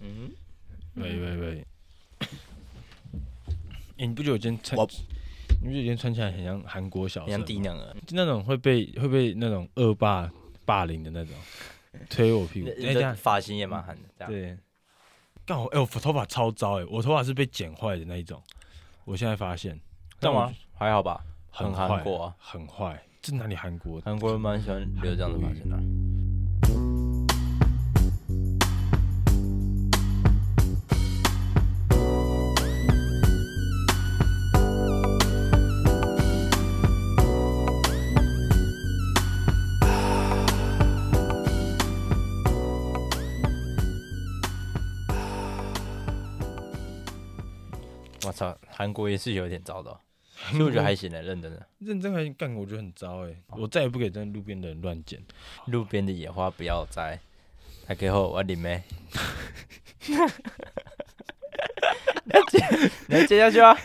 嗯 欸你不觉得我今天穿我，你不觉得今天穿起来很像韩国小很像生低吗能儿。就那种会被会被那种恶霸霸凌的那种，推我 屁股。哎、这这样发型也蛮狠的，这样。对，干我哎、我头发超糟哎、我头发是被剪坏的那一种，我现在发现，但干我嘛？还好吧，很很韩坏国啊很坏，这哪里韩国？韩国人蛮喜欢留这样的发型的、啊。我操，韩国也是有点糟的哦，其实我觉得还行的，认真的。认真还干，我觉得很糟哎、哦我再也不给在路边的人乱剪。路边的野花不要摘，还可以后我林 妹。你要接你要接下去啊！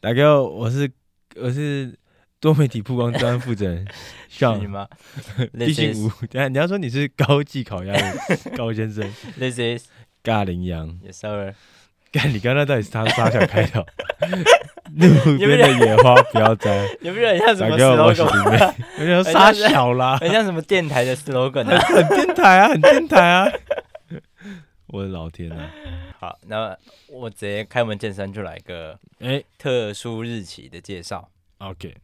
大哥，我是我是多媒体曝光专案负责 人是你像 吗第？This 七 is 五，等一下你要说你是高技烤鸭 的高先生 this is 尬羚羊。 your sir。干，你刚刚到底是他傻小开 头？路你们边的野花不要摘。有没有很像什大么哥，我是 slogan？林妹，我想说傻小啦，很像什么电台的 slogan 啊？很天台啊，很天台啊！我的老天啊！好，那我直接开门见山就来个哎特殊日期的介绍。 ，OK，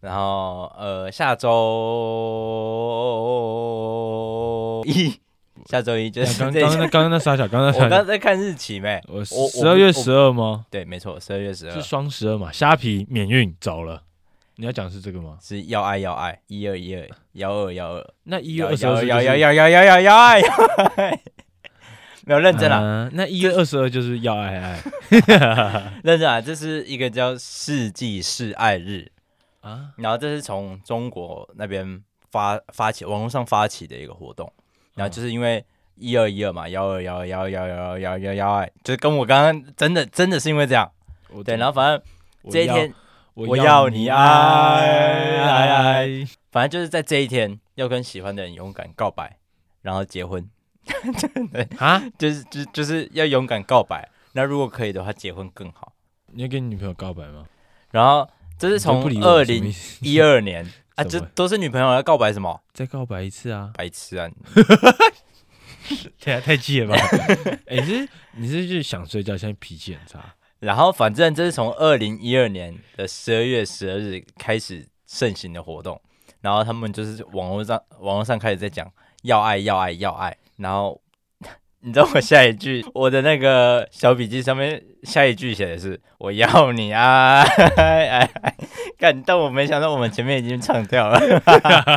然后呃，下周一，下周一就那是刚这刚刚那一。刚刚那傻小，刚刚那傻我刚小刚，在看日期没？我我十二月我十二吗？对，啊没错，十二月十是二双十二嘛？虾皮免运走了，你要讲的是这个吗？是要爱要爱，一二一二幺二幺二，那一一月二十幺二二幺幺幺幺幺幺幺爱，没有认真啊，啊，那一月二十二就是要爱爱认真啊，这是一个叫世纪示爱日，啊，然后这是从中国那边发发起，网络上发起的一个活动，然嗯后就是因为一二一二嘛，幺二幺幺幺幺幺幺幺爱，就是跟我刚刚真的真的是因为这样，我对，然后反正我这一要天，我我要要你你哎爱爱爱爱反正就是在这一天要跟喜欢的人勇敢告白，然后结婚。哎啊！ 就是就就是要勇敢告白。那如果可以的话，结婚更好。你要跟你女朋友告白吗？然后这是你就不从理二我什么意零思一二年啊，什这么都是女朋友要告白什么？再告白一次 啊！白痴啊！太太气了吧？ 哎，你是你是就是想睡觉，现在脾气很差。然后反正这是从二零一二年的十二月十二日开始盛行的活动，然后他们就是网络上网络上开始在讲要爱要爱要爱，然后 你知道我下一句 我的那个小笔记上面下一句写的是我要你啊， 感动我没想到我们前面已经唱掉了，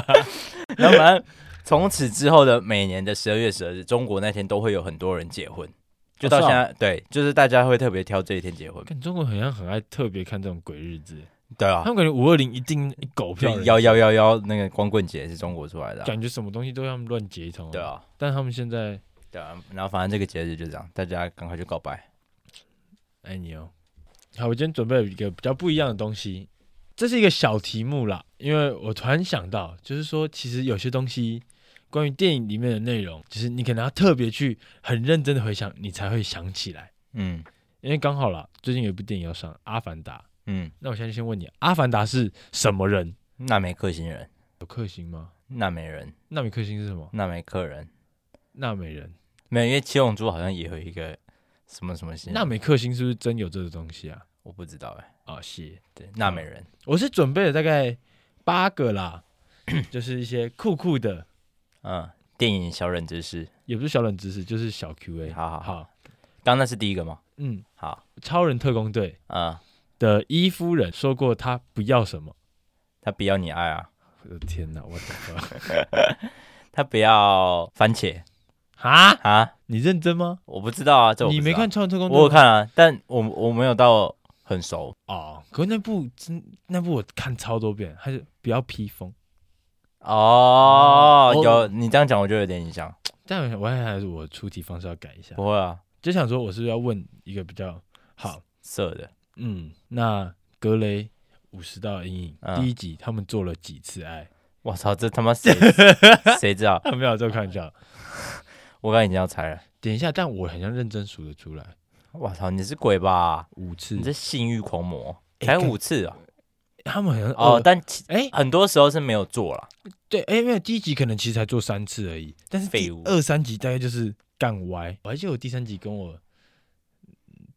然后反正从此之后的每年的十二月十二日，中国那天都会有很多人结婚。就到哦是现哦在，对，就是大家会特别挑这一天结婚。看中国好像很爱特别看这种鬼日子，对啊他，们感觉五二零一定一狗就票人幺幺幺幺那个光棍节是中国出来的啊、感觉什么东西都让他们乱结一通。对，啊，但他们现在对啊。然后反正这个节日就这样，大家赶快去告白。爱你哦。好，我今天准备了一个比较不一样的东西，这是一个小题目啦，因为我突然想到，就是说，其实有些东西关于电影里面的内容，就是你可能要特别去很认真的回想，你才会想起来。嗯因为刚好啦，最近有一部电影要上《阿凡达》，嗯，那我现在先问你，《阿凡达》是什么人？纳美克星人，有克星吗？纳美人，纳米克星是什么？纳美克人，纳美人。没有，因为七龙珠好像也有一个什么什么星，纳美克星是不是真有这个东西啊？我不知道哎、啊，是。对，纳美人，我是准备了大概八个啦，就是一些酷酷的，嗯，电影小冷知识，也不是小冷知识，就是小 Q A。好好好，刚刚那是第一个吗？嗯，好，超人特工队嗯，的伊夫人说过她不要什么。他不要你爱啊，我的天哪，我 的他不要番茄啊！啊，你认真吗？我不知道啊，这我不你没知道看《超人特工队》我有看啊，但我我没有到很熟，哦？可是那部真那部我看超多遍，还是不要披风。哦，嗯有哦你这样讲，我就有点影响。但我还还是我出题方式要改一下，不会啊，就想说我是不是要问一个比较好？色的，嗯，那格雷五十道阴影、嗯第一集他们做了几次爱？我操，这他妈 谁谁知道？啊，没有，这个开玩笑。我刚刚已经要猜了，等一下，但我很像认真数得出来。我操，你是鬼吧？五次你，这性欲狂魔，嗯哎才干五次哦。他们很哦，但其哎很多时候是没有做啦。对哎，没有第一集可能其实才做三次而已，但是废第物二三集大概就是干歪。我还记得我第三集跟我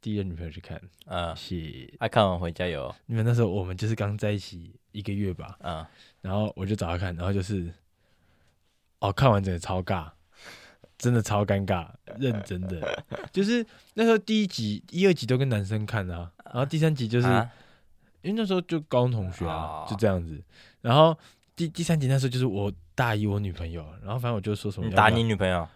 第一任女朋友去看，嗯，是啊，看完回家有，你们那时候我们就是刚在一起一个月吧，嗯，然后我就找他看，然后就是，哦，看完整个超尬，真的超尴尬，认真的，就是那时候第一集、一二集都跟男生看啊，然后第三集就是、啊因为那时候就高中同学啊，哦就这样子，然后第第三集那时候就是我大一我女朋友，然后反正我就说什么你要打不要你女朋 友，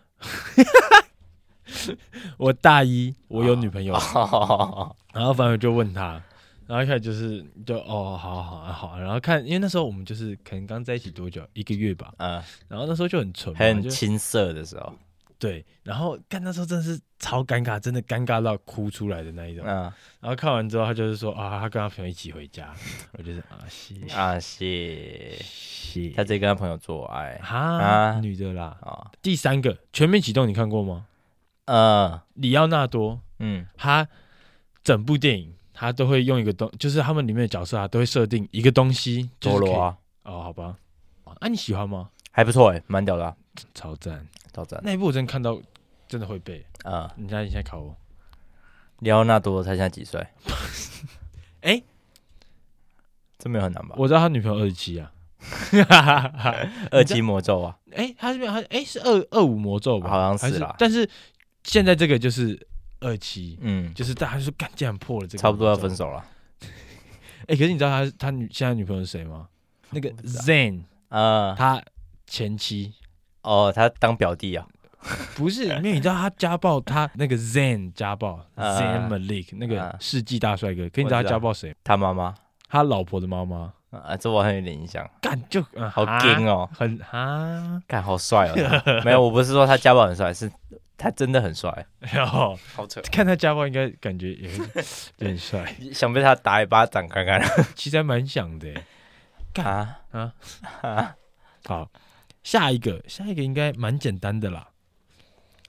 我大一我啊有女朋友，哦，然后反正我就问他，然后一开始就是就哦，好好好好，然后看，因为那时候我们就是可能刚在一起多久，一个月吧，嗯，然后那时候就很纯嘛，还很就青涩的时候，对，然后干那时候真的是超尴尬，真的尴尬到哭出来的那一种。嗯然后看完之后，他就是说啊，他跟他朋友一起回家，我就是啊，谢啊谢，谢他直接跟他朋友做爱啊，啊女的啦。啊，第三个《全面启动》，你看过吗？嗯里奥纳多嗯他整部电影他都会用一个东，就是他们里面的角色啊，都会设定一个东西。就是多可以罗啊，哦，好吧。啊，你喜欢吗？还不错哎，蛮屌的啊，超赞！到赞，那一部我真的看到，真的会背。嗯，你现在你现在考我，里奥纳多他现在几 岁？哎这没有很难吧？我知道他女朋友二十七 啊。二期魔咒啊，哎、他是没有，他哎、是二二五魔咒吧？好像是还是啦但是现在这个就是二七，嗯，就是大家就说干，竟然破了这个，差不多要分。手了。哎、可是你知道他他女现在女朋友是谁吗？那个 Zen，嗯，他前 妻哦，他当表弟啊，不是，因为你知道他家暴，他那个 Zen 家暴、 啊 z e n Malik 那个啊世纪大帅哥，可你知道他我知道家暴谁？他妈妈他老婆的妈妈，啊，这我很有点印象，干就、嗯、好哈劲哦，很啊哈，看好帅哦。他没有，我不是说他家暴很帅，是他真的很帅， 然后好扯。看他家暴应该感觉也会有点 帅，想被他打一巴掌看看其实还蛮想的耶。啊啊啊！好，下一个，下一个应该蛮简单的啦。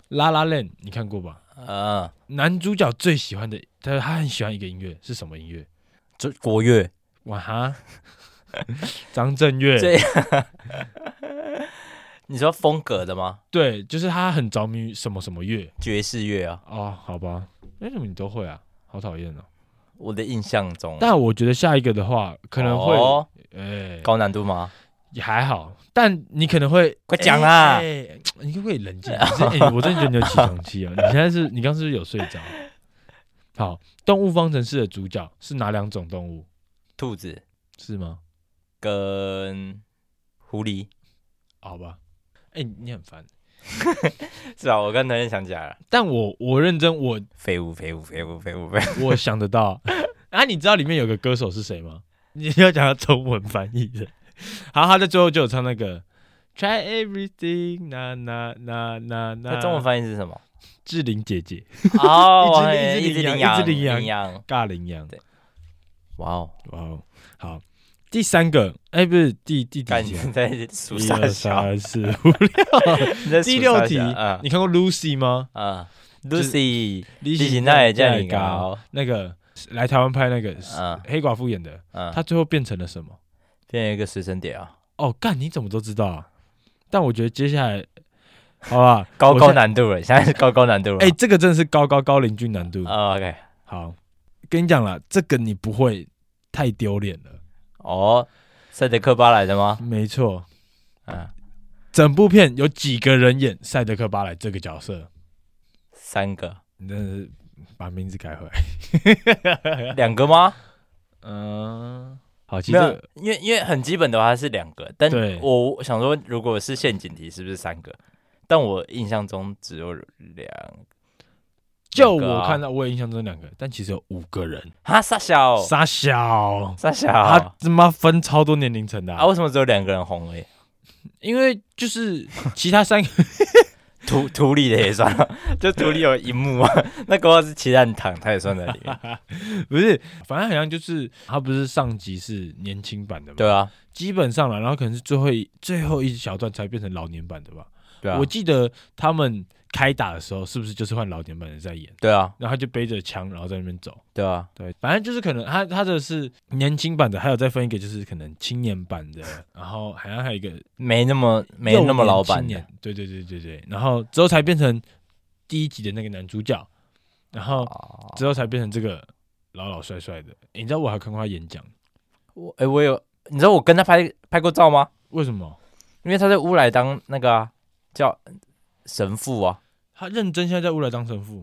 拉拉链，你看过吧？嗯，男主角最喜欢的，他他很喜欢一个音乐，是什么音乐？这国乐哇 哈，张震岳，这你说风格的吗？对，就是他很着迷于什么什么乐爵士乐啊，哦，好吧，为什么你都会啊？好讨厌哦。我的印象中但我觉得下一个的话，可能会，哎、哦高难度吗？也还好，但你可能会 快讲啊啦哎哎你可不可以冷静？你是哎我真的觉得你有起床气啊！你现在是你刚是不是有睡着？好，《动物方程式》的主角是哪两种动物？兔子是吗？跟狐狸好吧，哎、你很烦。是啊吧？我刚才想起来了，但我我认真，我废物废物废物废物废物，我想得 到啊！你知道里面有个歌手是谁吗？你要讲他中文翻译的。 好，他在最后就有唱那个 Try Everything，na na na na na。那中文翻译是什么？志玲姐姐， 哦，一只只羚羚羊羊，一只羚羊羊，尬羚羊。对哇哦！哇哦，好，第三个，哎，不是第第几感题觉啊？在数一傻二三笑，二 四五六，你在数第六傻题笑啊，你看过 Lucy 吗？啊是，Lucy，李李行那也叫你高，高，那个来台湾拍那个嗯黑寡妇演的，嗯，她最后变成了什么？变成一个随身碟啊，哦，干，你怎么都知道啊？但我觉得接下来，好吧，高我高现在，难度了，现在是高高难度了。哎，这个真的是高高高邻居难度。哦，OK，好，跟你讲了，这个你不会太丢脸了。哦，塞德克巴来的吗？没错，嗯，整部片有几个人演赛德克巴莱这个角色？三个，你真的是把名字改回来。两个吗？嗯，好，其没有啊实，因为因为很基本的话是两个，但对我想说，如果是陷阱题，是不是三个？但我印象中只有两，就两个我啊看到，我也印象中两个，但其实有五个人。哈，傻小，傻小，傻小他哦啊，他妈分超多年龄层的啊、为什么只有两个人红而已？因为就是其他三个， 图图里的也算了，就图里有一幕啊， 那个是鸡蛋糖，它也算在里面。不是，反正好像就是他不是上集是年轻版的嘛，对啊，基本上了，然后可能是最后一最后一小段才变成老年版的吧。对啊我，记得他们开打的时候，是不是就是换老年版的在演？对啊，然后他就背着枪，然后在那边走。对啊，对，反正就是可能他他的是年轻版的，还有再分一个就是可能青年版 的，然后好像还有一个没那么没那么老板幼年的青年对对对对对，然后之后才变成第一集的那个男主角，然后哦之后才变成这个老老帅帅的。诶你知道我还看过他演讲，我哎、我有，你知道我跟他拍拍过照吗？为什么？因为他在乌来当那个、啊、叫神父啊。他认真现在在乌来当神父，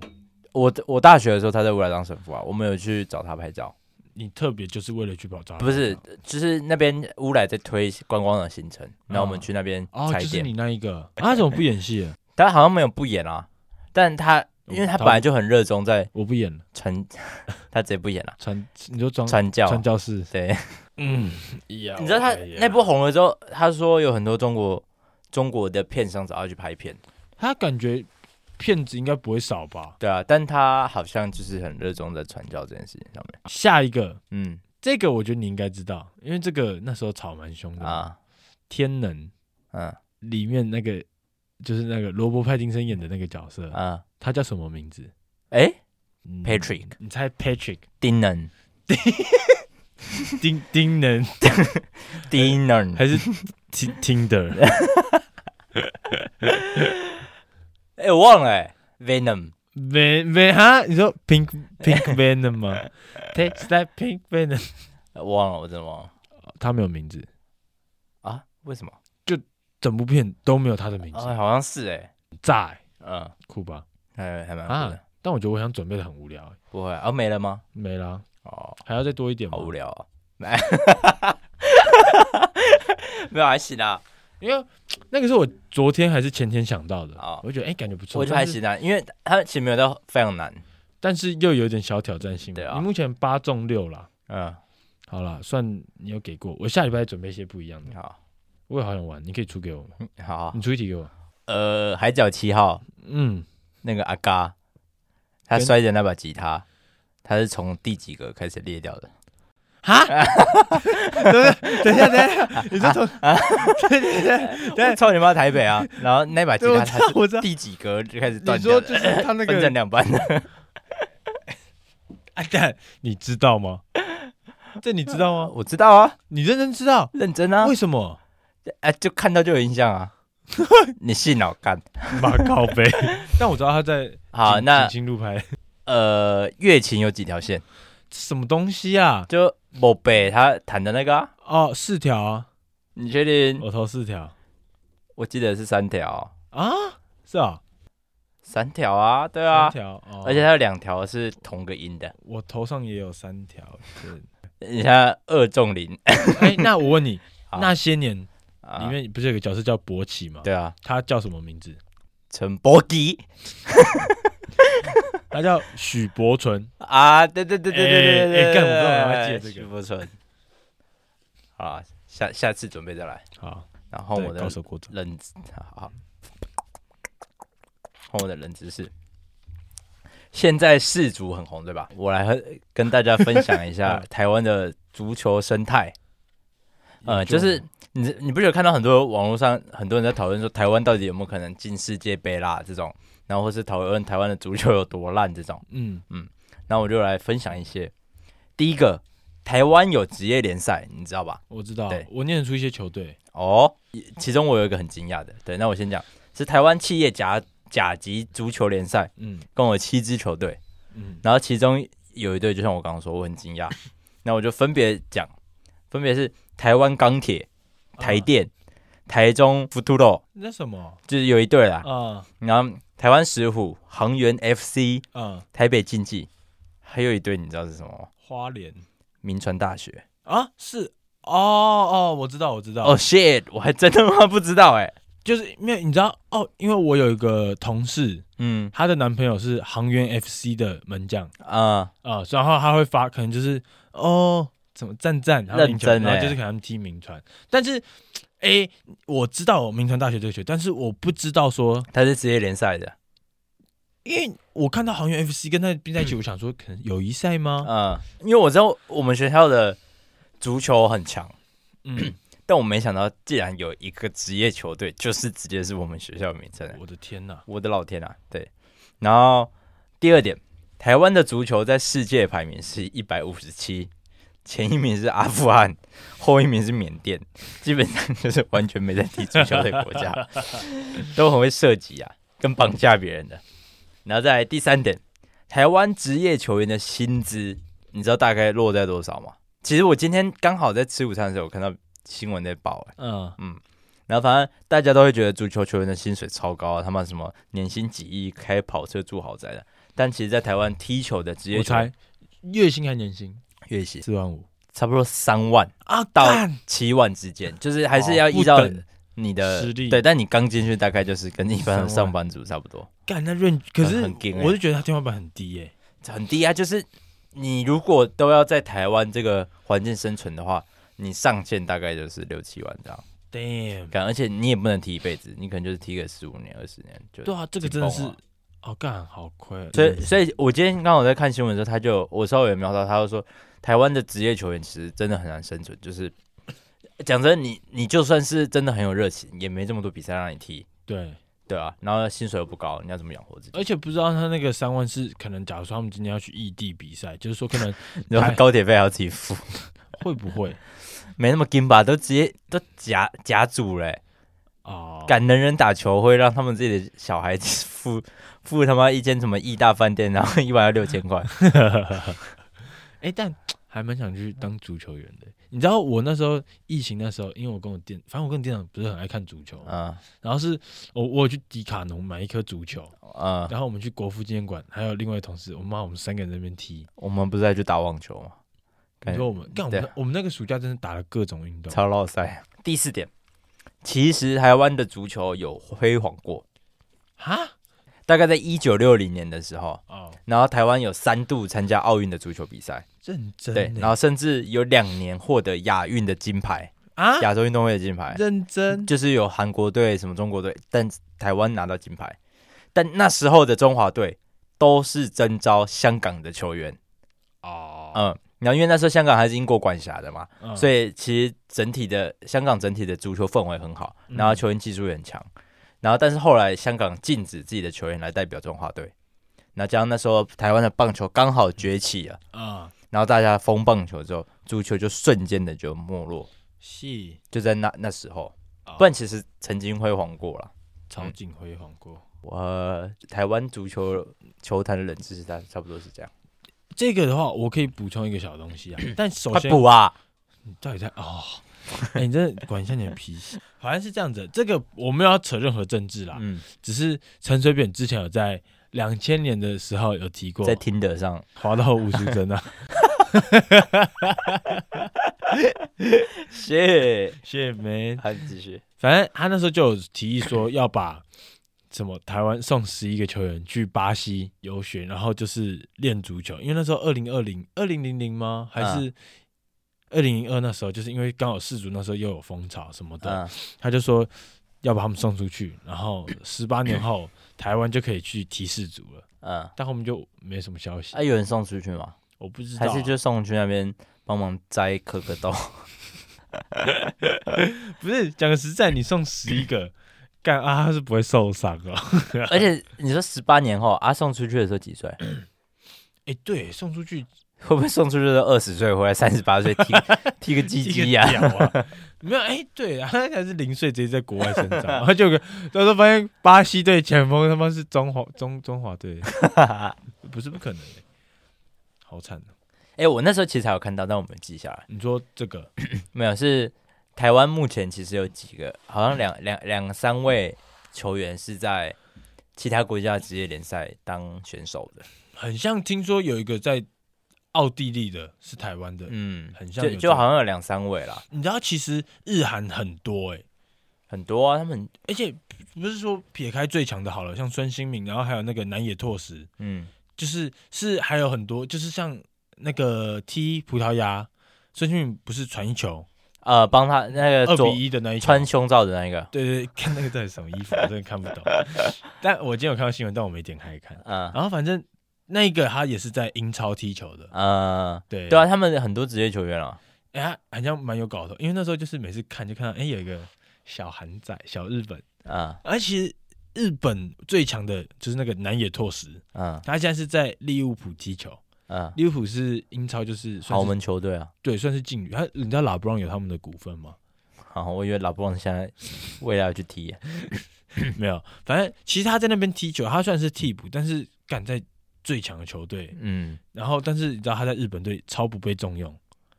我我大学的时候他在乌来当神父啊，我们有去找他拍照，你特别就是为了去跑照？不是，嗯就是那边乌来在推观光的行程，然后我们去那边哦，踩就是点。你那一个，啊他怎么不演戏了？ 他好像没有不演啊，但他因为他嗯他本来就很热衷在我不演了，传，他直接不演了、传你就装传教啊、嗯传教士，对，嗯，哎你知道他那部红了之后，他说有很多中国中国的片商找他去拍片，他感觉骗子应该不会少吧？对啊，但他好像就是很热衷在传教这件事情上面。下一个，嗯这个我觉得你应该知道，因为这个那时候炒蛮凶的。啊天能嗯里面那个就是那个罗伯·派丁森演的那个角色，啊，他叫什么名字、哎、嗯 p a t r i c k 你猜 Patrick 丁能丁丁能丁能，还是 Ti- Tinder 哎、我忘了、哎 Venom， Ven Ven 哈？你说 Pink Pink Venom 吗？Takes that Pink Venom，呃我忘了，我真的忘了 他没有名字，啊？为什么？整部片都没有他的名字，啊，好像是哎、炸、欸，嗯，酷吧？还还蛮酷的、啊！但我觉得我想准备的很无聊、欸不会啊啊，没了吗？没啦，哦，还要再多一点吗好？无聊啊、 没有还行啊，因为那个是我昨天还是前天想到的，哦我就觉得哎、感觉不错，我觉得还但是行啊，因为他其实没有到非常难，但是又有点小挑战性嘛。对啊你目前八中六啦，嗯，好啦，算你有给过。我下礼拜准备一些不一样的，好，我也好想玩，你可以出给我吗？嗯好你，出一题给我。呃，海角七号嗯，那个阿嘎，他跟摔的那把吉他，他是从第几个开始裂掉的？哈， 等一下，等一 下，你这从对我操你妈台北 啊！然后那把吉对他我知道我知道它是第几格就开始断你掉说的，就是他 那分成个，两半的。 哎，干你知道吗？这你知道 吗？我知道啊，你认真知道？认真啊为，什么？哎，就看到就有印象 啊。你信哦，干马靠背。但我知道他在好景那景星路拍呃，乐琴有几条线？什么东西啊？就某北他弹的那个、啊，哦，四条啊，你确定？我投四条我记得是三条，啊，是啊，三条啊，对三啊，条，哦、而且它有两条是同个音的。我头上也有三条 线。你看二重 零哎，那我问你，好那些年里啊，面不是有个角色叫博奇吗？对啊，他叫什么名字？陈柏基他叫许伯纯。啊，对对对对对对哎哎对，干我不知道我要记得这个徐福存。好啊，下下次准备再来，好，然后对我的高手过招。冷知，好好，换我的冷知识。现在世足很红，对吧？我来和跟大家分享一下嗯台湾的足球生态。呃，有救就是你你不觉得看到很多网络上很多人在讨论说台湾到底有没有可能进世界杯啦这种，然后或是讨论台湾的足球有多烂这种，嗯，然后我就来分享一些。第一个，台湾有职业联赛，你知道吧？我知道对，我念得出一些球队。哦，其中我有一个很惊讶的，对，那我先讲，是台湾企业甲甲级足球联赛，嗯共有七支球队，嗯，然后其中有一队，就像我刚刚说，我很惊讶， 那我就分别讲，分别是台湾钢铁、台电、台中福图罗，那什么就是有一队啦，啊然后台湾石虎、航源 FC、啊，台北竞技，还有一队你知道是什么吗？花莲民传大学。啊是。哦哦，我知道，我知道，哦、shit，我还真他妈不知道哎、就是因为你知道哦，因为我有一个同事，嗯她的男朋友是航源 FC 的门将啊、啊、然后他会发，可能就是哦，怎么赞赞，然后认赢球真然后欸就是可能他们踢名传，但是，哎，我知道名传大学这个学，但是我不知道说，他是职业联赛的，因为我看到航源 FC 跟那并在一嗯起，我想说可能友谊啊赛吗？嗯，因为我知道我们学校的足球很强，嗯， 但我没想到，竟然有一个职业球队，就是直接是我们学校的名称。我的天哪！我的老天啊！对，然后第二点，台湾的足球在世界排名是一百五十七，前一名是阿富汗，后一名是缅甸，基本上就是完全没在踢足球的国家，都很会射击啊，跟绑架别人的。然后再来第三点，台湾职业球员的薪资，你知道大概落在多少吗？其实我今天刚好在吃午餐的时候，我看到新闻在报、欸嗯，然后反正大家都会觉得足球球员的薪水超高啊，他们什么年薪几亿，开跑车住豪宅的。但其实，在台湾踢球的职业我球员猜月薪还年薪月薪四万五差不多三万啊，到干七万之间，就是还是哦要不依照等你的实力对，但你刚进去大概就是跟一三般的万上班族差不多，干那 range，可是很硬欸我就觉得他天花板很低欸耶。很低啊。就是你如果都要在台湾这个环境生存的话，你上限大概就是六七万这样。 Damn，干而且你也不能踢一辈子，你可能就是踢个十五年、二十年就对啊，这个真的紧绷是啊，哦，干好亏哦。所以，所以我今天刚好在看新闻的时候，他就有我稍微有瞄到，他就说台湾的职业球员其实真的很难生存，就是讲真，你你就算是真的很有热情，也没这么多比赛让你踢，对，对啊，然后薪水又不高，你要怎么养活 自己？而且不知道他那个三万是可能，假如说他们今天要去异地比赛，就是说可 能然后高铁费还要啊自己付，会不 会没那么金吧，都直接都甲甲组嘞、啊？敢能人打球会让他们自己的小孩子付 付他妈一间什么意大饭店，然后一晚要六千块，哎、但还蛮想去当足球员的。你知道我那时候疫情那时候，因为我跟我店，反正我跟我店长不是很爱看足球，嗯然后是我我有去迪卡侬买一颗足球，嗯，然后我们去国父纪念馆，还有另外一同事，我妈我们三个人在那边踢。我们不是还去打网球吗？你感觉说我们干我对们那我们那个暑假真的打了各种运动，超落赛。第四点，其实台湾的足球有辉煌过，哈大概在一九六零年的时候，哦，然后台湾有三度参加奥运的足球比赛，认真对，呢然后甚至有两年获得亚运的金牌，啊，亚洲运动会的金牌，认真就是有韩国队什么中国队，但台湾拿到金牌，但那时候的中华队都是征召香港的球员，哦，嗯，然后因为那时候香港还是英国管辖的嘛，嗯所以其实整体的香港整体的足球氛围很好，嗯然后球员技术也很强，然后但是后来香港禁止自己的球员来代表中华队，那加上那时候台湾的棒球刚好崛起了，啊然后大家疯棒球之后，足球就瞬间的就没落，是就在那那时候哦，不然其实曾经辉煌过了。超嗯级辉煌过。我台湾足球球坛的冷知识，大差不多是这样。这个的话，我可以补充一个小东西 啊，但首快先补啊！你到底在哦？哎、你真的管一下你的脾气。好像是这样子，这个我没有要扯任何政治啦，嗯，只是陈水扁之前有在两千年的时候有提过在，听得上，滑到吴淑珍啊， 谢，谢谢梅。还继续。反正他那时候就有提议说要把什么台湾送十一个球员去巴西游学，然后就是练足球，因为那时候二零二零二零零零吗？还是二零零二那时候，就是因为刚好世足那时候又有风潮什么的，嗯，他就说要把他们送出去，然后十八年 后台湾就可以去提示组了，嗯，但后面就没什么消息，啊，有人送出去吗？我不知道还啊、是就送去那边帮忙摘可可 豆？不是讲个实在，你送十一个，干啊他是不会受伤哦。而且你说十八年后啊，送出去的时候几岁？哎、对，送出去会不会送出去的二十岁回来三十八岁 踢踢个鸡鸡呀？屌啊！没有哎、对啊，他才是零岁直接在国外成长，然后就有个到时候发现巴西队前锋他妈是中华中中华队，不是不可能、欸，好惨、啊！哎，我那时候其实还有看到，但我没有记下来。你说这个没有，是台湾目前其实有几个，好像两两两三位球员是在其他国家的职业联赛当选手的。很像，听说有一个在奥地利的，是台湾的，嗯，很像有就这就样好像有两三位啦，你知道其实日韩很多哎、很多啊，他们而且不是说撇开最强的好了，像孙兴民，然后还有那个南野拓实，嗯就是是还有很多，就是像那个踢葡萄牙，孙兴民不是传一球呃帮他那二个左比一的那一球，穿胸罩的那一个，对对，对看那个到底什么衣服，我真的看不懂。但我今天有看到新闻，但我没点开看。嗯然后反正那一个他也是在英超踢球的，呃，对对啊，他们很多职业球员啊，哎、他好像蛮有搞头，因为那时候就是每次看就看到，哎、有一个小韩仔、小日本，嗯而其实日本最强的就是那个南野拓实，嗯他现在是在利物浦击球，嗯，利物浦是英超就是算豪是门球队啊。对算是劲旅，他你知道拉布朗有他们的股份吗？好，啊我以为老布朗现在未来要去踢耶，没有，反正其实他在那边踢球，他算是替补，但是敢在最强的球队，嗯，然后但是你知道他在日本队超不被重用，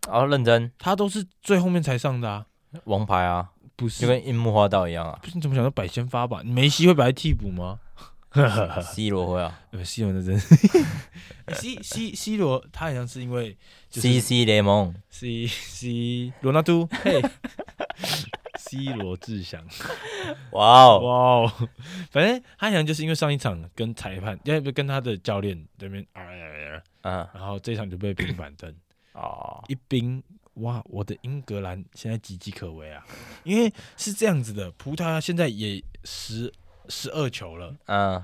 哦，认真他都是最后面才上的啊，王牌啊，不？就是跟樱木花道一样啊 不是你怎么想到摆先发吧？梅西会摆在替补吗？ ，C 罗会啊呃，C 罗那真，C C C 罗他好像是因为就是，C C 联盟 C C 罗纳都， 嘿，C 罗志祥，哇哦，哇哦，反正他好像就是因为上一场跟裁判，要不跟他的教练这边啊，嗯然后这一场就被平反登，哦，一冰，哇，我的英格兰现在岌岌可危啊，因为是这样子的，葡萄牙现在也十十二球了。嗯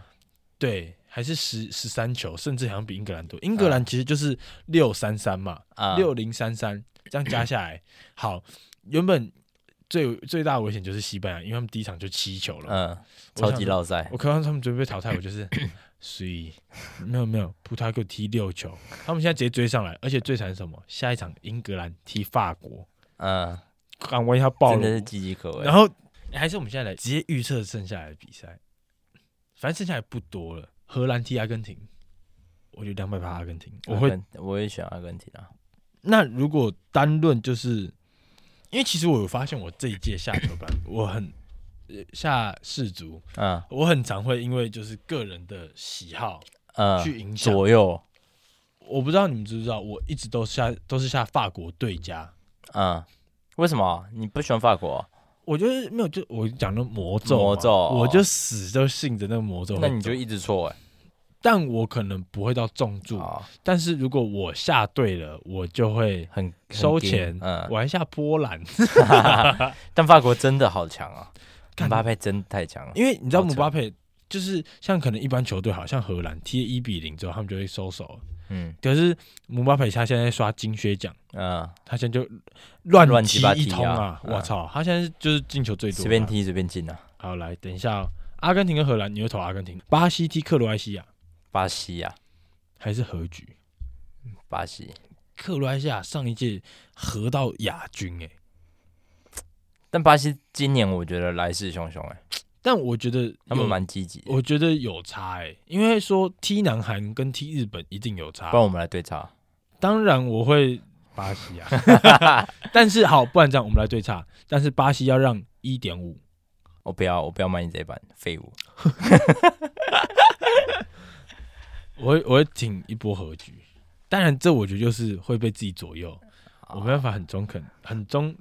对，还是十十三球，甚至好像比英格兰多。英格兰其实就是六三三嘛，啊，六零三三这样加下来，好，原本最最大的危险就是西班牙，因为他们第一场就七球了。嗯，我想超级说绕赛，我看到他们准备被 淘汰，我就是，所以没有没有，葡萄牙给我踢六球，他们现在直接追上来，而且最惨是什么？下一场英格兰踢法国，嗯，看万一他爆真了的是我，岌岌可危。然后还是我们现在来直接预测剩下来的比赛，反正剩下来不多了。荷兰踢阿根廷，我觉得两百趴阿根廷，我阿会。根我会选阿根廷啊，那如果单论就是，因为其实我有发现，我这一届下球班我很呃下士足，嗯我很常会因为就是个人的喜好去嗯，影响。左右，我不知道你们知不知道，我一直都下都是下法国对家。嗯，为什么啊你不喜欢法国？我觉得没有，就我讲的魔咒嘛，魔咒哦我就死都信着那个魔咒会那走。你就一直错哎，但我可能不会到重注，哦但是如果我下对了，我就会很很收硬钱，嗯，我还下波 兰，但法国真的好强啊，干姆巴佩真的太强了，因为你知道好姆扯巴佩就是像可能一般球队，好像荷兰踢一比零之后，他们就会收手。嗯可是姆巴佩他现在刷金靴奖，嗯，他现在就乱乱踢七八一踢通啊啊！我嗯操，他现在就是进球最多。啊随便。踢随便进啊，好，来等一下、哦，阿根廷跟荷兰，你会投阿根廷？巴西踢克罗埃西亚巴西啊，还是和局？巴西，克罗埃西亚上一届和到亚军哎、但巴西今年我觉得来势汹汹哎，但我觉得他们有蛮积极的，我觉得有差哎、因为说踢南韩跟踢日本一定有差不。然我们来对差，当然我会巴西 啊，但是好，不然这样我们来对差，但是巴西要让一点五。我不要我不要买你这一版废物，我会我会挺一波和局。当然，这我觉得就是会被自己左右，我没办法很中肯，很中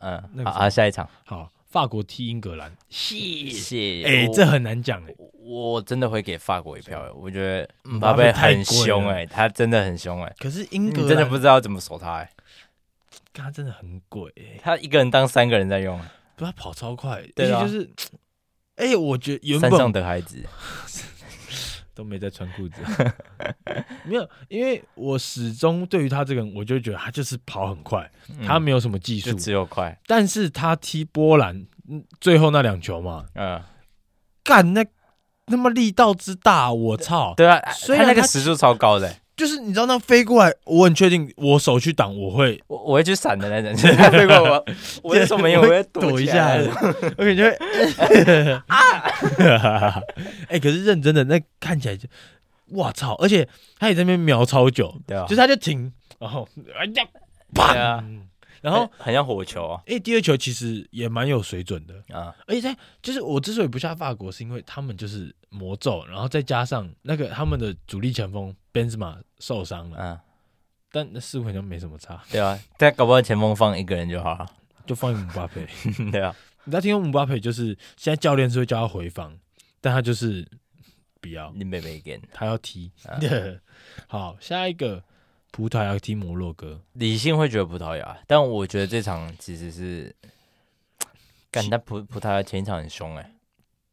嗯那，个好啊下一场，好。法国踢英格兰，谢，谢，哎，我这很难讲哎。我真的会给法国一票哎，我觉得姆巴巴佩佩太很贵凶了哎，他真的很凶哎，可是英你格兰真的不，知道怎么守他哎，他真的很鬼哎，他一个人当三个人在用，不，他跑超快，而且对啊就是，哎，我觉得原山本上的孩子，都没在穿裤子， 没有，因为我始终对于他这个人，我就觉得他就是跑很快，嗯他没有什么技术就，只有快，但是他踢波兰嗯最后那两球嘛，嗯，干那那么力道之大，我操！ 对啊，虽他然那个他时速超高的欸，就是你知道那飞过来，我很确定我手去挡，我会我我会去闪的那 种，他飞过我，我就说没有， 我会躲一起来下， 我感觉会啊， 哎，可是认真的那看起来就，哇操！而且他也在那边瞄超久，对啊哦就是他就停，然后哎呀，对啊砰，然后。很很像火球啊哎、第二球其实也蛮有水准的，啊，而且在就是我之所以不下法国，是因为他们就是魔咒，然后再加上那个他们的主力前锋 Benzema 受伤了，嗯，但那似乎好像没什么差，对啊，他搞不好前锋放一个人就好了， 就放一姆巴佩。对啊，你知道，听说姆巴佩就是现在教练是会叫他回防，但他就是不要，林贝贝跟他要踢。啊 好，下一个葡萄牙踢摩洛哥，理性会觉得葡萄牙，啊但我觉得这场其实是，干，但葡葡萄牙前一场很凶哎，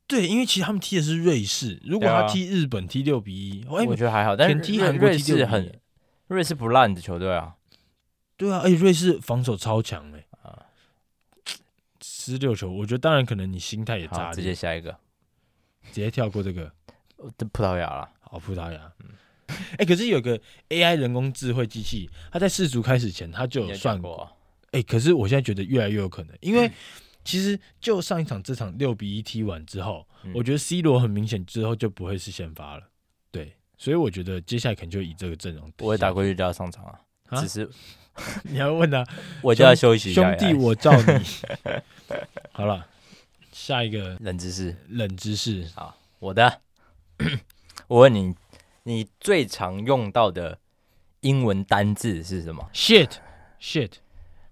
对，因为其实他们踢的是瑞士，如果对啊他踢日本踢六比一，哎、我觉得还好，但是前踢瑞韩国瑞踢六士比一很，瑞士不烂的球队啊，对啊，而且瑞士防守超强哎、啊十六球，我觉得当然可能你心态也好，炸直裂，接下一个，直接跳过这个。哦这葡萄牙啦，好，葡萄嗯牙。哎、可是有个 AI 人工智慧机器，它在世足开始前它就你有有算讲过啊，哎、可是我现在觉得越来越有可能，因嗯为其实就上一场这场六比一踢完之后，嗯我觉得 C 罗很明显之后就不会是先发了，对，所以我觉得接下来可能就以这个阵容。我也打，过去就要上场啊，啊只是 你要问 他我就要休息一兄下弟，我罩 你。好了，下一个冷知识，冷知识，我的， 我问你，你最常用到的英文单字是什么 shit shit，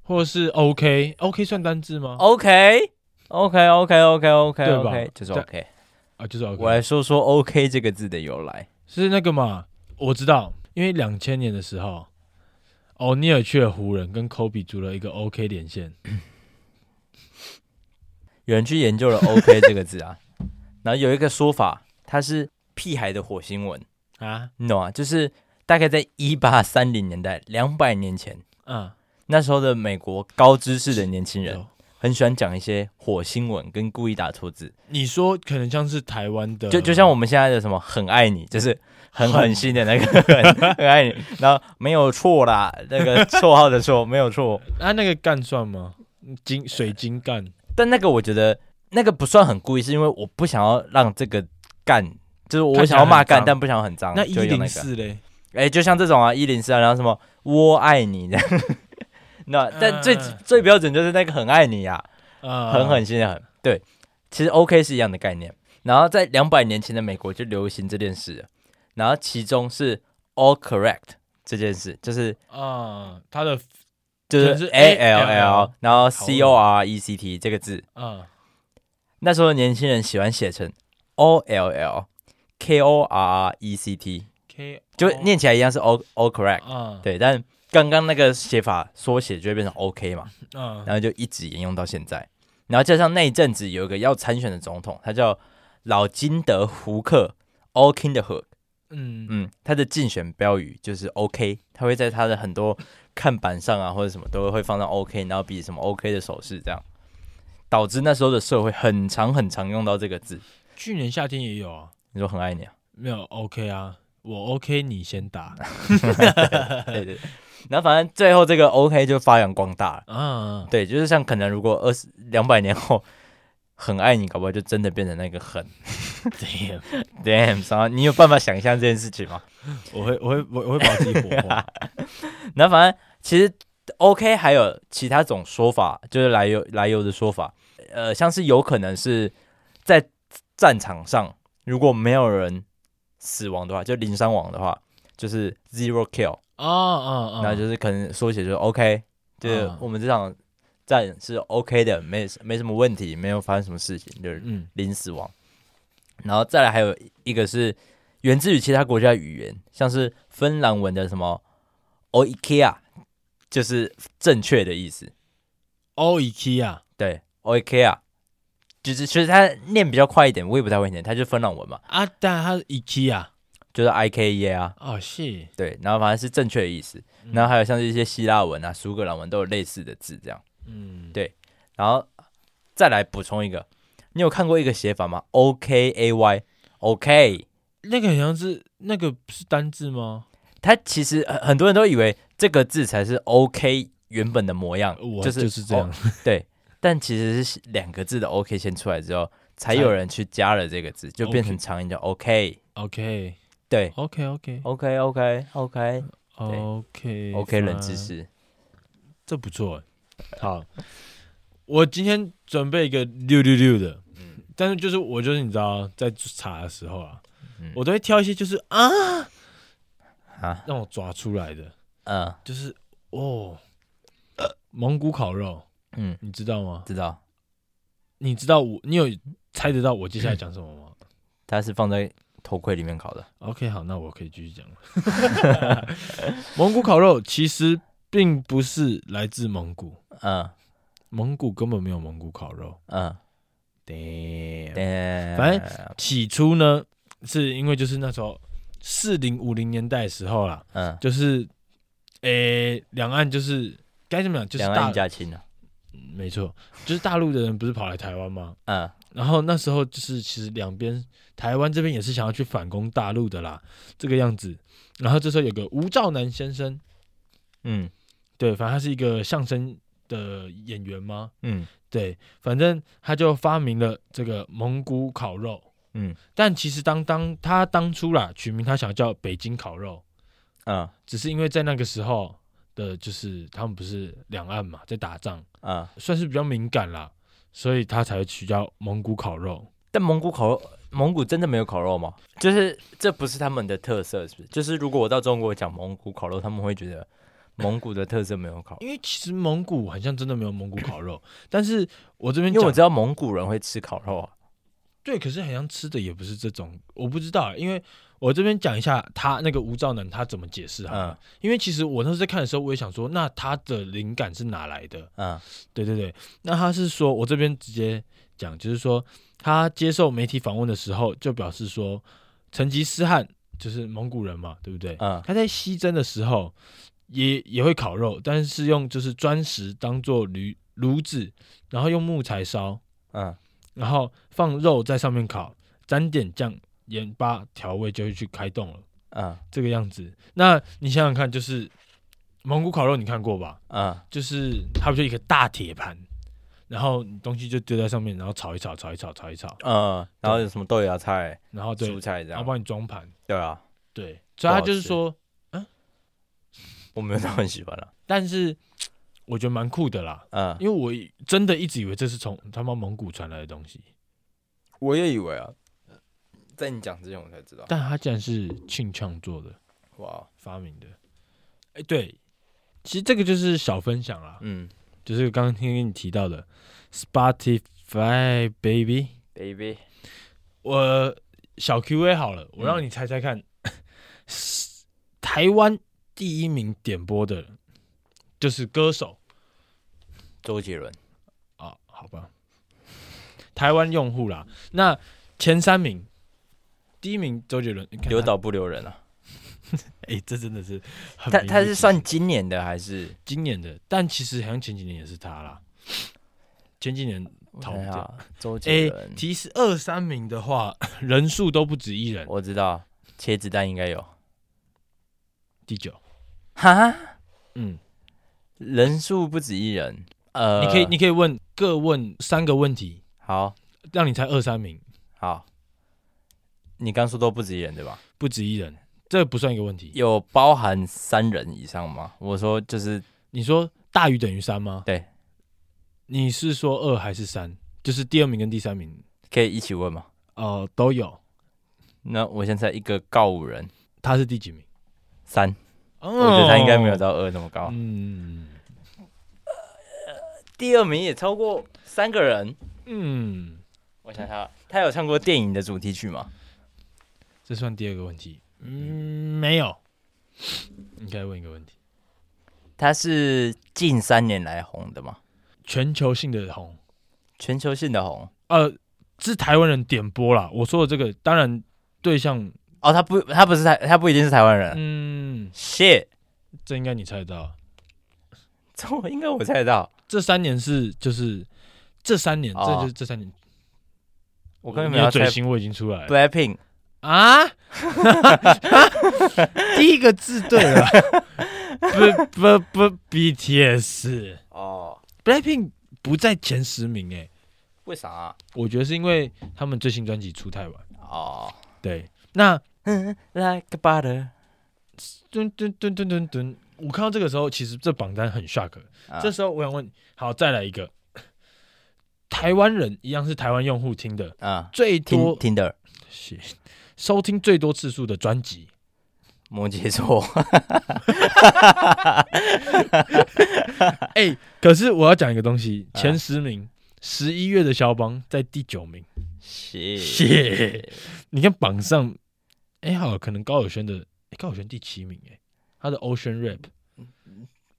或是 OK OK 算单字哦吗？ ？OK。OK OK OK OK 对吧 OK，就是对 OK。啊，就是我 OK，来说说 OK 这个字的由来。是那个嘛？我知道，因为两千年的时候，奥尼尔去了湖人，跟科比组了一个 OK 连线。有人去研究了 OK 这个字啊，然后有一个说法，它是屁孩的火星文，啊你懂啊？就是大概在一八三零年代，两百年前，啊，那时候的美国高知识的年轻人有很喜欢讲一些火星文，跟故意打错字，你说可能像是台湾的，就就像我们现在的什么很爱你，就是很很狠心的那个很很爱你，然后没有错啦，那个绰号的错没有 错，啊那个干算吗？金水晶干但那个我觉得那个不算很故意，是因为我不想要让这个干。就是我看起来想要骂很干，脏但不想很脏。那一呃就用零个四嘞，哎、就像这种啊，一零四啊，然后什么我爱你这样， 那但最、嗯最标准就是那个很爱你啊，啊，很狠心的很。对，其实 OK 是一样的概念。然后在两百年前的美国就流行这件事了，然后其中是 all correct 这件事，就是啊，他的就就是是 A L ALL L，然讨后论 C O R E C T 这个字，啊那时候的年轻人喜欢写成 O L L K O R R E C T， K 就念起来一样是 all all correct。哦啊对，但刚刚那个写法缩写就会变成 OK 嘛，啊然后就一直沿用到现在。然后加上那一阵子有一个要参选的总统，他叫老金德胡克 （All Kinderhook），嗯嗯，他的竞选标语就是 OK，他会在他的很多看板上啊或者什么都会放上 OK，然后比什么 OK 的手势这样，导致那时候的社会很常很常用到这个字。去年夏天也有啊，你说很爱你啊？ 没有 OK 啊，我 OK 你先打对对对。然后反正最后这个 OK 就发扬光大了。 啊，对，就是像可能如果二十两百年后很爱你，搞不好就真的变成那个很对， damn 啥？你有办法想象这件事情吗？我会我会我我会把自己火 化然后反正其实 OK 还有其他种说法，就是来由来由的说法，呃，像是有可能是在战场上如果没有人死亡的话，就零伤亡的话，就是 zero kill，啊啊啊，那、就是可能缩写就是 OK，就是啊我们这场战是 OK 的，没没什么问题，没有发生什么事情，就是嗯零死亡。然后再来还有一个是源自于其他国家的语言，像是芬兰文的什么 o i k e a 就是正确的意思。 ，O E K 啊，对 o i k e a 就是其实它念比较快一点，我也不太会念，它就是芬兰文嘛，啊，但它是 E K 啊，就是 i k e a 啊。哦是，对，然后反正是正确的意思。嗯然后还有像是一些希腊文啊、苏格兰文都有类似的字这样。嗯对然后再来补充一个，你有看过一个写法吗？O K A Y OK。那个好像是那个是单字吗？它其实很很多人都以为这个字才是 OK 原本的模样，呃我就是就是这样 哦对，但其实是两个字的 OK 先出来之后，才有人去加了这个字，就变成长音叫 OK。哦，OK 对 OK OK ，OK OK OK OK OK 冷知识。识，这不错欸。好，我今天准备一个六六六的，但是就是我就是你知道，在查的时候啊，嗯我都会挑一些就是啊啊让我抓出来的，嗯就是哦、呃蒙古烤肉，嗯，你知道吗？知道，你知道我，你有猜得到我接下来讲什么吗、它是放在头盔里面烤的， o k 好，那我可以继续讲了。 蒙古烤肉其实并不是来自蒙古，嗯蒙古根本没有蒙古烤肉。嗯，对。对，反起初呢，是因为就是那时候四零五零年代的时候啦，嗯就是诶，两岸就是该怎么讲，就是两大岸一家亲啊。嗯没错，就是大陆的人不是跑来台湾吗？嗯，然后那时候就是其实两边台湾这边也是想要去反攻大陆的啦，这个样子。然后这时候有个吴兆南先生，嗯对，反正他是一个相声的演员嘛，嗯对，反正他就发明了这个蒙古烤肉。嗯但其实当当他当初啦取名，他想叫北京烤肉，嗯只是因为在那个时候的，就是他们不是两岸嘛，在打仗，嗯。算是比较敏感啦，所以他才会取叫蒙古烤肉。但蒙古烤肉，蒙古真的没有烤肉吗？就是这不是他们的特色，是不是？就是如果我到中国讲蒙古烤肉，他们会觉得蒙古的特色没有 烤肉，因为其实蒙古好像真的没有蒙古烤肉，但是我这边因为我讲知道蒙古人会吃烤肉啊。对，可是好像吃的也不是这种，我不知道，欸因为我这边讲一下他那个吴兆南他怎么解释哈、嗯因为其实我那时候在看的时候，我也想说，那他的灵感是哪来的？嗯对对对，那他是说，我这边直接讲，就是说他接受媒体访问的时候，就表示说，成吉思汗就是蒙古人嘛，对不对？嗯他在西征的时候也也会烤肉，但是用就是砖石当做炉炉子，然后用木材烧，嗯然后放肉在上面烤，沾点酱、盐巴调味就会去开动了，嗯这个样子。那你想想看，就是蒙古烤肉，你看过吧？嗯就是它不就一个大铁盘，然后你东西就丢在上面，然后炒一炒，炒一炒，炒一炒，嗯，然后有什么豆芽菜、然后对蔬，菜这然后样？帮你装盘，对啊，对，所以他就是说，我没有那么喜欢了。但是我觉得蛮酷的啦，嗯，因为我真的一直以为这是从他妈蒙古传来的东西，我也以为啊，在你讲之前我才知道。但它竟然是庆唱做的哇，发明的，哎，对，其实这个就是小分享啦，嗯就是刚刚听你提到的 Spotify Baby。 ，baby，我小 Q A 好了，我让你猜猜看， 台湾第一名点播的就是歌手周杰伦，啊，好吧，台湾用户啦。那前三名，第一名周杰伦，你看他留，岛不留人啊。哎、这真的是很他名他不是算今年的还是？今年的，但其实好像前几年也是他啦，前几年逃不我想啊掉。想周哎、杰伦。提示二三名的话， 人数都不止一人，我知道，茄子蛋应该有。第九，哈，嗯。人数不止一人。呃，你可以，你可以问各问三个问题，好让你猜二三名，好，你刚说都不止一人对吧？不止一人，这不算一个问题。有包含三人以上吗？我说就是你说大于等于三吗？对，你是说二还是三？就是第二名跟第三名，可以一起问嘛。呃，都有。那我现在一个告五人他是第几名？三，哦，我觉得他应该没有。到二那么高。嗯第二名也超过三个人。嗯，我想想，他有唱过电影的主题曲吗？这算第二个问题。嗯，没有。应该问一个问题，他是近三年来红的吗？全球性的红，全球性的红呃，是台湾人点播啦。我说的这个，当然对象，哦，他不，他不是台，他不一定是台湾人。嗯， shit，这应该你猜得到。这我应该我猜得到。这三年是就是这三年，哦这就是这三年。我根本没你的有猜嘴型我已经出来了 Blackpink，啊！ 第一个字对了， 不不不，BTS、哦， Blackpink 不在前十名诶，为啥、啊？我觉得是因为他们最新专辑出太晚。哦对，那，Like a butter，、蹲蹲蹲蹲蹲蹲，我看到这个时候，其实这榜单很 shock。啊这时候我想问，好，再来一个，台湾人一样是台湾用户听的啊，最多听听的是收听最多次数的专辑，摩羯座，哎、可是我要讲一个东西，啊前十名，十一、月的肖邦在第九名，谢谢你看榜上，哎、好，可能高晓轩的，哎高晓轩第七名、哎，他的 Ocean Rap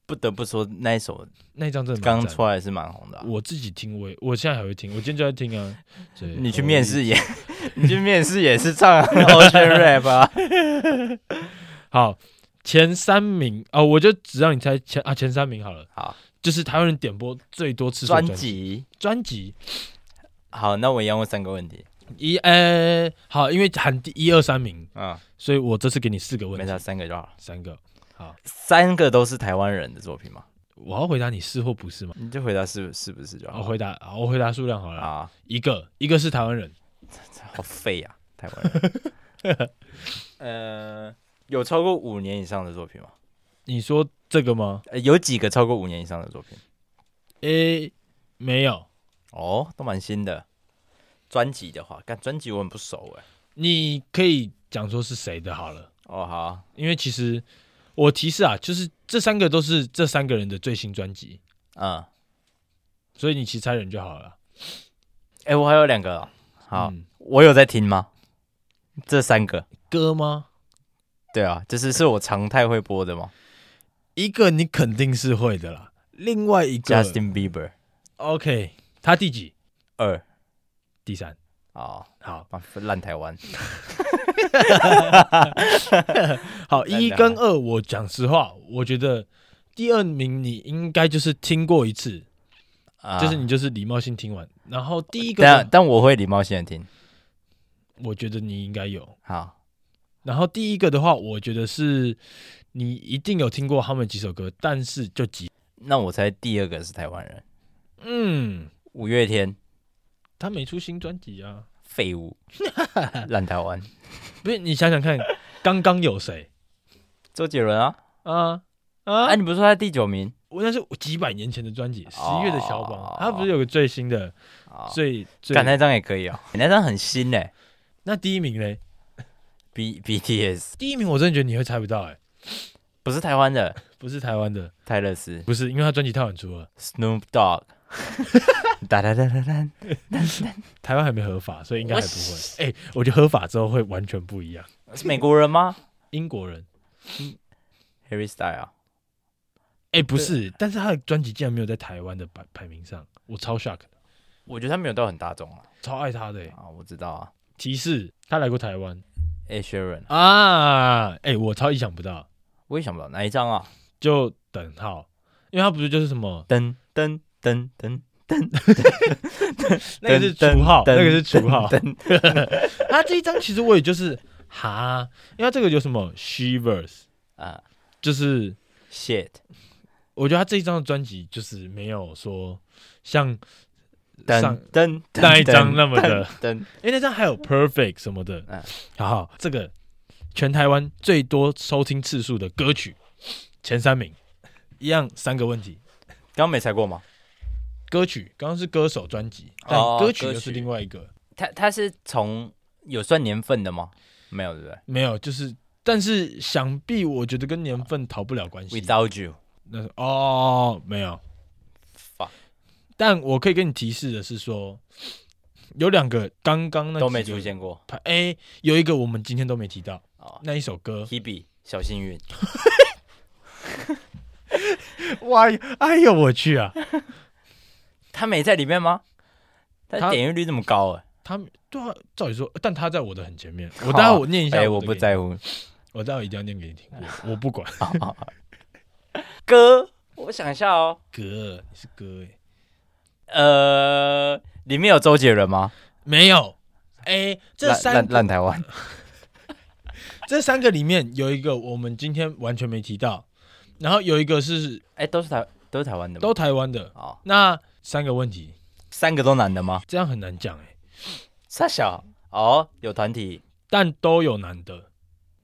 不得不说那一首那一张真的蛮刚赞出来是蛮红的啊、我自己听，我也我现在还会听，我今天就在听啊。对你去面试也， 你去面试也是唱 Ocean Rap 啊，好，前三名啊、我就只让你猜前啊前三名好了。好，就是台湾人点播最多次数的专专辑辑。专辑好，那我一样问三个问题。一呃好，因为喊第一二三名，嗯，所以我这次给你四个问没题，差，三个就好。三个。好，三个都是台湾人的作品吗？我要回答你是或不是嘛？你就回答是是不是就我好。回答，我回答数量好了，啊，一个，一个是台湾人，好废啊，台湾人。 呃，有超过五年以上的作品吗？你说这个吗？呃有几个超过五年以上的作品？诶、没有，哦，都蛮新的。专辑的话，但专辑我很不熟哎。你可以讲说是谁的好了，哦，好啊，因为其实我提示啊，就是这三个都是这三个人的最新专辑，嗯，所以你其实猜人就好了。哎、我还有两个哦。好，嗯我有在听吗？这三个，歌吗？对啊，就是是我常态会播的吗一个你肯定是会的啦，另外一个？Justin Bieber OK，他第几？二第三。哦，好啊烂台湾好，那一那跟二，我讲实话，我觉得第二名你应该就是听过一次，啊，就是你就是礼貌性听完，然后第一个呢但但我会礼貌性的听。我觉得你应该有，好，然后第一个的话，我觉得是你一定有听过他们几首歌，但是就几，那我猜第二个是台湾人，嗯，五月天，他没出新专辑啊。废物，烂台湾，不是你想想看，刚刚有谁周杰伦啊，啊啊，啊？你不是说他第九名？我那是几百年前的专辑，十哦一月的肖邦，他不是有个最新的啊，最最干那张也可以哦，那张很新嘞那第一名嘞？ ，B BTS 第一名我真的觉得你会猜不到哎、不是台湾的，不是台湾的，泰勒斯不是，因为他专辑太晚出了， ，Snoop Dogg，哒哒哒哒哒。台湾还没合法，所以应该还不会。哎、我觉得合法之后会完全不一样。是美国人吗英国人， ？Harry 啊 Style，哎、不是，但是他的专辑竟然没有在台湾的排排名上，我超 shock 的，我觉得他没有到很大众啊。超爱他的、欸。啊，我知道啊提示他来过台湾，A Sharon，啊，哎、我超意想不到，我也想不到哪一张啊，就等号，因为他不是就是什么噔噔噔噔，那个是噔除号，噔那个是除号噔。 他这一张其实我也就是哈，因为他这个有什么 Shivers，啊就是，shit，我觉得他这一张的专辑就是没有说像上噔噔那一张那么的，噔，因为那张还有 Perfect 什么的，嗯好好，这个全台湾最多收听次数的歌曲前三名，一样三个问题。刚刚没猜过吗？歌曲刚刚是歌手专辑，但哦歌曲歌又是曲另外一个，他他是从有算年份的吗？没有，对不对没有，就是但是想必我觉得跟年份逃不了关系。 ？Without you，那是哦，没有。 Fuck 但我可以跟你提示的是说，有两个刚刚那都没几出个现过。排。哎、有一个我们今天都没提到哦那一首歌。 Hebe，小幸运， 哇，哎呦我去啊！他没在里面吗？他他点阅率这么高哎， 他们对啊，照理说，但他在我的很前面。我待会我念一下，哎，我我的不给你，在乎。我待会一定要念给你听。我我不管歌，我想一下哦，哥，你是哥哎，呃，里面有周杰伦吗？没有哎、这烂三烂个烂台湾，这三个里面有一个我们今天完全没提到，然后有一个是哎，都是台都是台湾的吗，都台湾的。哦，那三个问题，三个都男的吗？这样很难讲哎、傻小哦，有团体，但都有男的。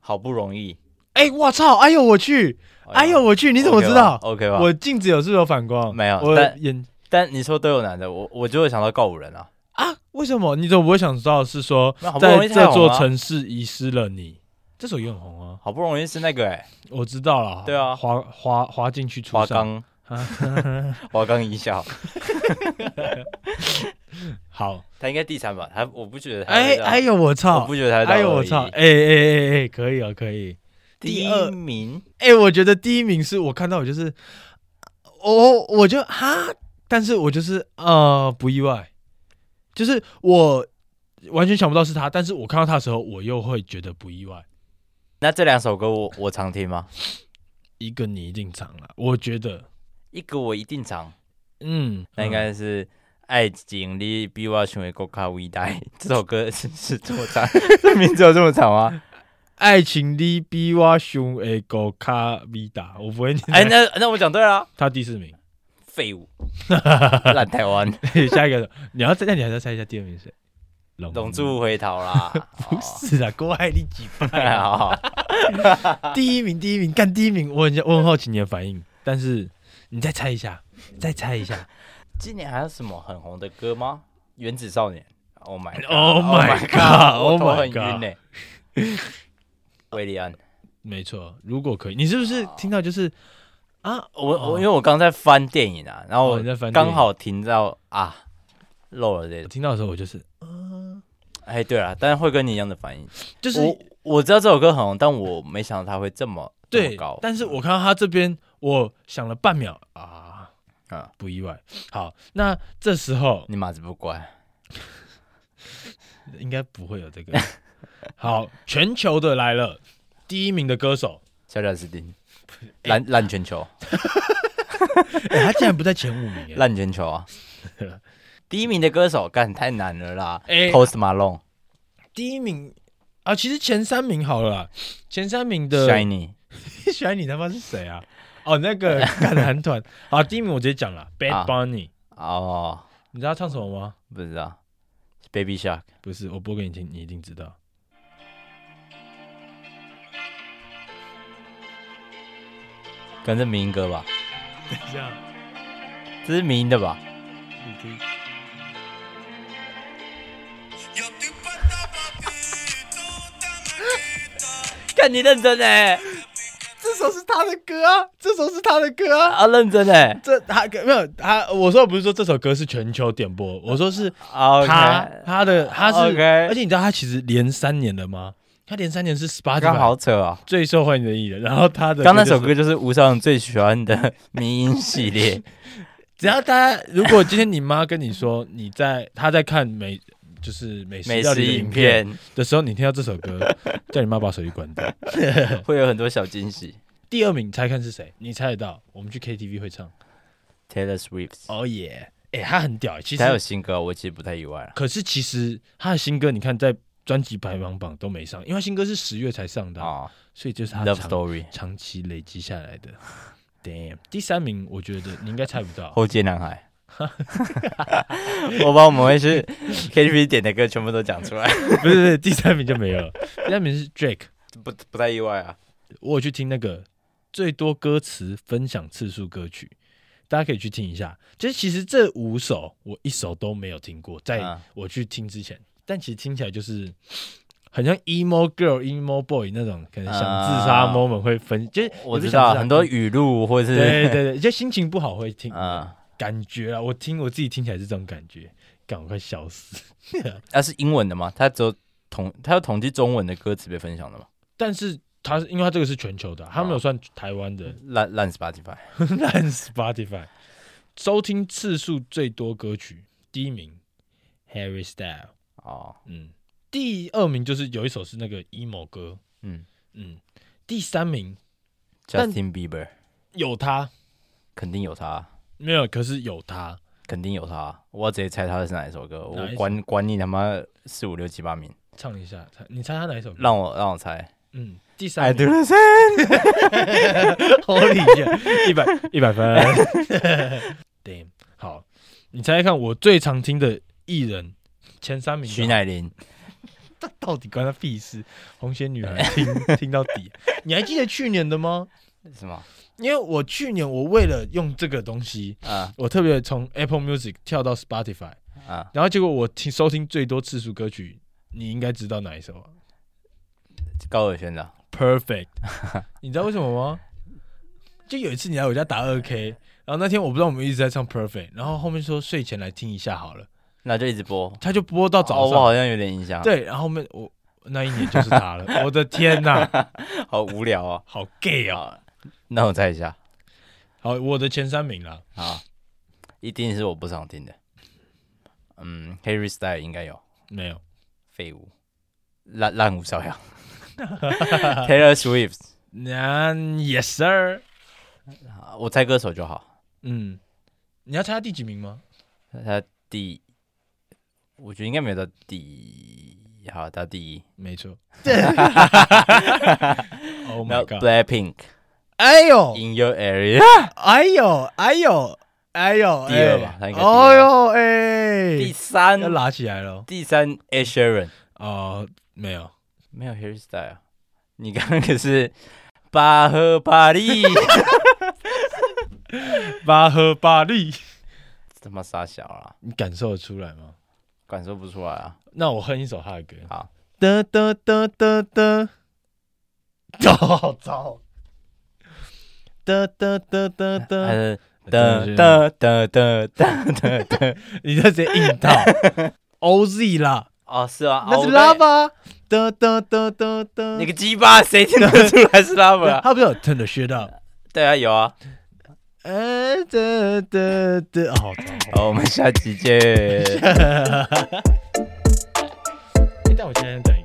好不容易，哎、我操！哎呦我去！哎呦我去！你怎么知道？ ？OK 吧，我镜子有是不是有反光？没有我但眼但你说都有男的，我我就会想到告五人啊，啊？为什么？你怎么不会想到是说那好不容在易才这红座啊城市遗失了你？这首也很红啊，好不容易是那个哎、我知道了。对啊滑滑滑进去出华上。冈， 华冈一笑，好，他应该第三吧？他我不觉得他哎会到哎，呦我我操！不觉得他会到哎呦二我一操！哎哎哎哎，可以哦，可以。第第二一名哎、我觉得第一名是我看到我就是，我我就哈，但是我就是呃不意外，就是我完全想不到是他，但是我看到他的时候，我又会觉得不意外。那这两首歌我我常听吗？一个你一定长了，我觉得，一个我一定常，嗯，那嗯应该是《爱情你比我想的更加伟大》这首歌是是这么 长，这名字有这么长吗？爱情里比我凶诶狗卡比达，我不会念。哎、那那我讲对了啊，他第四名， 废物，烂台湾，下一个你要再，那你还是要猜一下第二名是谁？龙龙珠回头啦， 不 是啊，郭艾丽几败哦，啊？好 第一名，第一名，干第一名，我很我很好奇你的反应，但是你再猜一下，再猜一 下。今年还有什么很红的歌吗？原子少年，Oh my Oh my god，Oh god，Oh my 很晕 god 呢、威利安， 没错，如果可以，你是不是听到就是啊？我我因为我刚在翻电影啊，然后哦你在我翻电影刚好听到啊漏了这我个，听到的时候，我就是啊哎对了，但是会跟你一样的反应，就就是我我知道这首歌很红，但我没想到它会这么这么对高，，但是我看到他这边，我想了半秒啊啊啊，不意外。好，那这时候你马子不乖，应该不会有这 个。好，全球的来了，第一名的歌 手，小贾斯汀，烂烂全球，哎、他竟然不在前五 名、哎烂全球 啊！第一名的歌手，干太难了啦哎，Post Malone 第一名啊，其实前三名好了啦，前三名的 Shiny， 喜欢你他妈是谁啊？哦，那 个敢韩团。好，第一名我直接讲了啊，Bad Bunny，、哦，你知道他唱什么吗？不知道，Baby Shark，不是，我播给你听，你一定知道。跟着民歌吧，等一下，这是民的吧？你听。看你认真哎、这首是他的歌啊，这首是他的歌啊。啊认真哎、这他没有他，我说不是说这首歌是全球点播，我说是啊 o 他 k 他的他是 OK 而且你知道他其实连三年了吗？他连三年是刚 Spotify 好扯哦。最受欢迎的艺人，然后他的刚那首就是，歌就是吴少阳最喜欢的民音 系列，只要大家如果今天你妈跟你说你在他在看美就是美食美料食理的影影片片的时候，你听到这首歌，叫你妈把手机关掉。会有很多小惊喜。第二名猜看是谁？你猜得到？我们去 KTV 会唱。 Taylor Swift，哦耶，哎，他很屌欸，其实他有新歌，啊我其实不太意外了。可是其实他的新歌，你看在专辑排行榜都没上，因为他新歌是十月才上的啊、哦所以就是他，Love 长 Story，长期累积下来的。Damn，第三名我觉得你应该猜不 到，后街男孩。我把我们 会去 KTV 点的歌全部都讲出来，不是不是，第三名就没有了。 第三名是 Drake，不不太意外啊。我有去听那个最多歌词分享次数歌曲，大家可以去听一下。就是其实这五首我一首都没有听过，在嗯我去听之前，但其实听起来就是很像 emo girl、emo boy 那种，可能想自杀啊 moment 会分，就是我也不知是想道自杀很多语录或是 对对对，就心情不好会听，嗯，感觉啊，我听我自己听起来是这种感觉，赶快笑死。那、啊是英文的吗？他只有统，他有统计中文的歌词被分享的吗？但是他因为他这个是全球的，他啊哦没有算台湾的，烂烂 Spotify， 烂 Spotify 收听次数最多歌曲第一名 Harry Style，哦，嗯，第二名就是有一首是那个 emo 歌，嗯嗯，第三名但，Justin Bieber 有他肯定有他，没有？可是有他，肯定有他，我要直接猜他是哪一首歌，哪一我首管管你他妈四五六七八名，唱一下，他你猜他哪一首歌？让我让我猜嗯，第，I 三 do 名 the same， ，Holy shit，一百一百分 ，Damn，好，你猜猜看，我最常听的艺人前三名，徐乃麟，到底关他屁事？红鞋女哎孩听听到底，你还记得去年的吗？是吗？因为我去年我为了用这个东西，啊我特别从 Apple Music 跳到 Spotify，啊，然后结果我听收听最多次数歌曲，你应该知道哪一首啊高尔宣的， ？Perfect，你知道为什么吗？就有一次你来我家打二 K，然后那天我不知道我们一直在唱 Perfect，然后后面说睡前来听一下好了，那就一直播，他就播到哦，早我上，好像有点印象，，对，然后后面我那一年就是他了， 我的天呐，好无聊哦。好 gay 啊！好，那我猜一下，好，我的前三名啦，啊，一定是我不常听的，嗯，Harry Style 应该有。没有。 废物，烂烂无少阳， Taylor Swift，那 Yes sir，啊我猜歌手就好。嗯，你要猜他第几名吗？他第，我觉得应该没有到第一，好到第一。没错。oh 然 my 后 god！ Blackpink 哎呦， In Your Area，哎呦，哎呦，哎呦，第二哎吧他应该第哎二呦，第哎，三要拉起来了。第三 Ed Sheeran 哦，没有，没有 Harry Style，你刚刚可是 巴赫巴利，巴赫巴利，他妈傻小啦，你感受得出来吗？感受不出来啊。那我哼一首他的歌。好，哒哒哒哒哒，好哦糟。哒哒哒哒他哒，是呃噔噔噔噔噔噔噔，你这直接硬 套。OZ 啦，哦是啊， 那哦是我拉刚才吧。哒哒哒哒哒你，个鸡巴，谁听得出来是 Lava？啊 他不是有 turn the shit up？对啊，有啊。呃，哒哒哒，哦好糟。好，我们下期见。哎但我今天讲一个。